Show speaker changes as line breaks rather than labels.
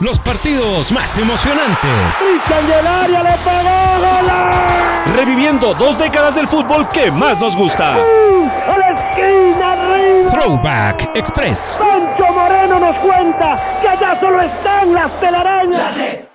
los partidos más emocionantes.
Candelaria le pegó golazo.
Reviviendo dos décadas del fútbol que más nos gusta.
A la esquina arriba.
Throwback Express.
Sancho Moreno nos cuenta que allá solo están las telarañas.
red.